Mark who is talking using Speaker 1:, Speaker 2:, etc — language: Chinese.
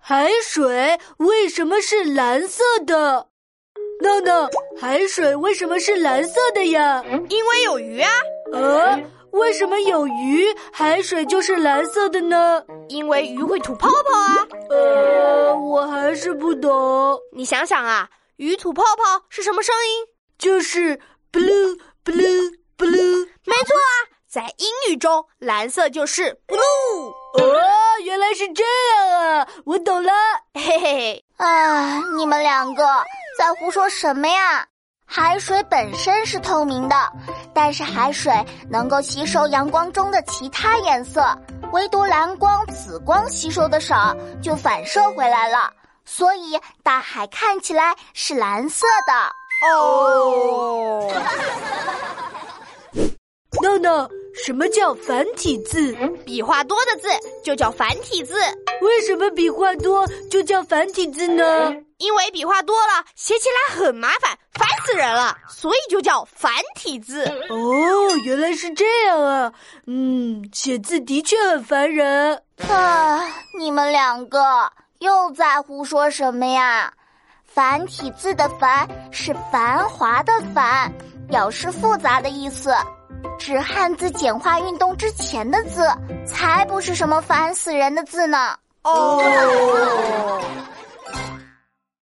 Speaker 1: 海水为什么是蓝色的？闹闹，海水为什么是蓝色的呀？
Speaker 2: 因为有鱼啊，
Speaker 1: 啊，为什么有鱼海水就是蓝色的呢？
Speaker 2: 因为鱼会吐泡泡啊。
Speaker 1: 呃，我还是不懂，
Speaker 2: 你想想啊，鱼吐泡泡是什么声音？
Speaker 1: 就是 blue blue blue。
Speaker 2: 没错啊，在英语中，蓝色就是 blue。
Speaker 1: 哦，原来是这样啊，我懂了。
Speaker 2: 嘿嘿嘿，
Speaker 3: 啊，你们两个在胡说什么呀？海水本身是透明的，但是海水能够吸收阳光中的其他颜色，唯独蓝光、紫光吸收的少，就反射回来了。所以大海看起来是蓝色的。
Speaker 2: 哦，
Speaker 1: 闹闹，什么叫繁体字？
Speaker 2: 笔画多的字就叫繁体字，
Speaker 1: 为什么笔画多就叫繁体字呢？
Speaker 2: 因为笔画多了写起来很麻烦，烦死人了，所以就叫繁体字。
Speaker 1: 哦，原来是这样啊。嗯，写字的确很烦人。
Speaker 3: 啊，你们两个又在胡说什么呀？繁体字的“繁”是繁华的“繁”，表示复杂的意思，指汉字简化运动之前的字，才不是什么烦死人的字呢。
Speaker 2: 哦。